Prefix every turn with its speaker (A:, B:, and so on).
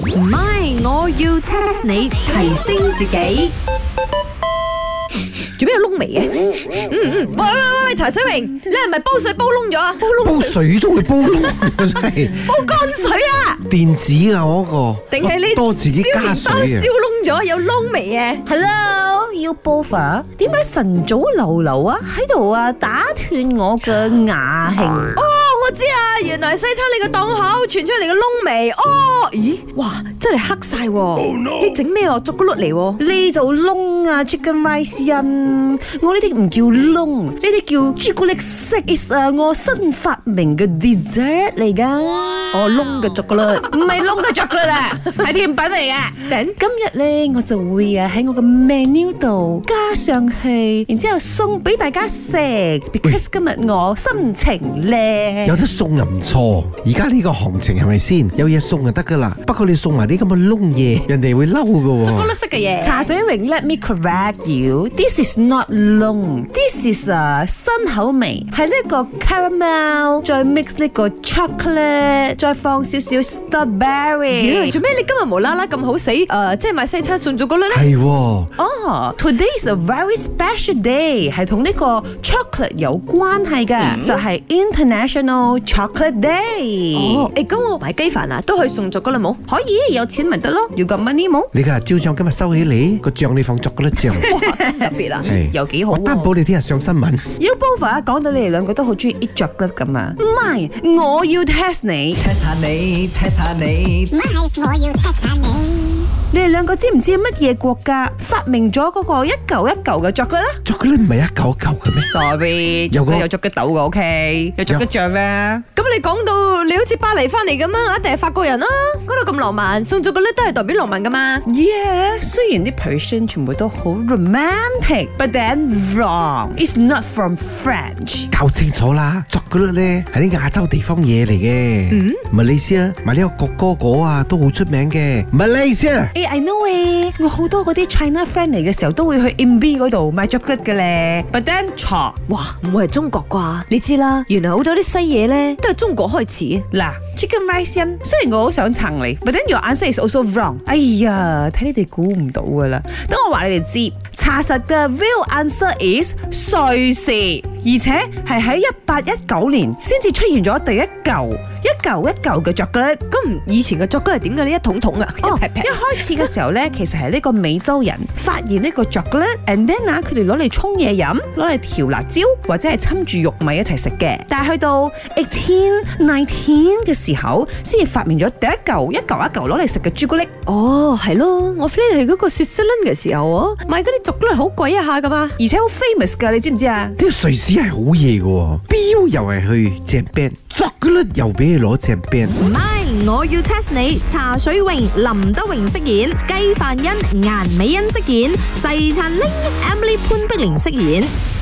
A: 唔係，我要 test 你提升自己。
B: 做咩有窿眉嘅？嗯嗯，喂喂喂喂，茶水明，你係咪煲水煲窿咗啊？煲
C: 煲
B: 窿水，
C: 水都會煲 窿，真係
B: 煲乾水啊？
C: 電子啊嗰個，
B: 定係你
C: 多自己加
B: 燒麵包
C: 水啊
B: 燒？窿咗，有窿眉嘅？
D: Hello，要 buffer，點解晨早流流啊喺度啊打斷我嘅雅興？
B: 哦，我知啦，原來西餐你個檔口傳出嚟嘅窿眉。哦，咦，哇，真係黑晒
D: Oh,
B: 喎！你整咩啊？朱古力嚟喎！
D: 呢就窿啊，chicken à, rice 因，我呢啲唔叫窿，呢啲叫朱古力色，is à, 啊我新發明嘅 dessert 嚟噶，
B: 哦，窿嘅朱古力，
D: 唔係窿嘅 chocolate 啊，係甜品 嚟嘅。
B: 頂
D: 今日咧，我就會啊喺我嘅 menu 度加上去，然之後送俾大家食，because 今日我心情靚。
C: 有得送又唔錯，而家呢個行情係咪先？有嘢送就得噶啦，不過你送埋啲咁嘅窿 嘢，人哋會嬲噶
B: 朱古力
C: 喎。
B: 色嘅嘢。
D: 茶水榮，let me correct you. This is not long. This is à, 啊新口味，係呢個 caramel，再 mix 呢個 chocolate，再放少少 strawberry
B: 咦，。做咩你今日無啦啦咁好死？誒，即係買西餐送朱古力咧？
C: 係喎，
D: 哦、t o d a y is a very special day，係同呢個 chocolate 有關係嘅就係 International Chocolate Day。
B: 哦，誒，咁我買雞飯啊，都可以送朱古力 冇？
D: 可以有錢咪得咯，要咁 money 冇？
C: 你嘅辣椒醬今日收起嚟，個醬你放朱古 力醬，
B: 特別啊啦。
C: 係
D: 有幾好
C: 我
D: 喎
C: 擔保你聽日上新聞。
D: 要 Bova 講到你哋兩個都好中意 eat chocolate 噶嘛？唔係，我要 test 你。
E: test 下你，test 下你。
F: My, for you, test
D: 你哋兩個知唔知乜嘢國家發明咗嗰個一嚿一嚿嘅作骨咧
C: 朱古力唔係一嚿一嚿嘅咩？
D: ？Sorry，
C: 有個
D: 有作骨豆嘅，OK，有作骨醬啦。
B: 咁你講到你好似巴黎翻嚟咁啊，一定係法國人啦、嗰度咁浪漫，送咗個 l 都係代表浪漫噶嘛。
D: Yeah，雖然啲 person 全部都好 romantic，but then wrong。It's not from French。
C: 搞清楚啦，朱古力咧係啲亞洲地方嘢嚟嘅。馬來西亞買呢個國歌果啊都好出名嘅。馬來西亞。
D: 誒、i know 誒，我好多嗰啲 China friend 嚟嘅時候都會去 MB 嗰度買 chocolate 嘅咧，but then 錯。
B: 哇，唔會係中國啩？你知啦，原來好多啲西嘢咧都係中國開始嘅。
D: 嗱，chicken rice in，雖然我好想撐你，but then your answer is also wrong。哎呀，睇你哋估唔到噶啦，等我話你哋知，查實嘅 real answer is 瑞士，而且係喺一八一九年先至出現咗第一嚿一嚿一嚿嘅 chocolate。
B: 咁以前嘅作歌係點嘅呢？一桶桶啊，
D: 哦
B: 一劈
D: 一
B: 劈。
D: 開始嘅時候咧，其實係呢個美洲人發現呢個 chocolate，and then 啊，佢哋攞嚟沖嘢飲，攞嚟調辣椒，或者係侵住玉米一齊食嘅。但係去到 eighteen nineteen 嘅時候，先至發明咗第一嚿一嚿一嚿攞嚟食嘅朱古力。
B: 哦，係咯，我 friend 去嗰個雪士蘭嘅時候啊，買嗰啲作歌好貴一下噶嘛。
D: 而且好 famous 㗎，你知唔知啊？
C: 呢個瑞士係好嘢嘅喎，錶又係去正 band，朱古力又俾你攞正 band。
A: 唔係，我要 test 你。茶水榮、林德榮飾演，雞飯欣、顏美欣飾演，細陳玲、Emily 潘碧玲飾演。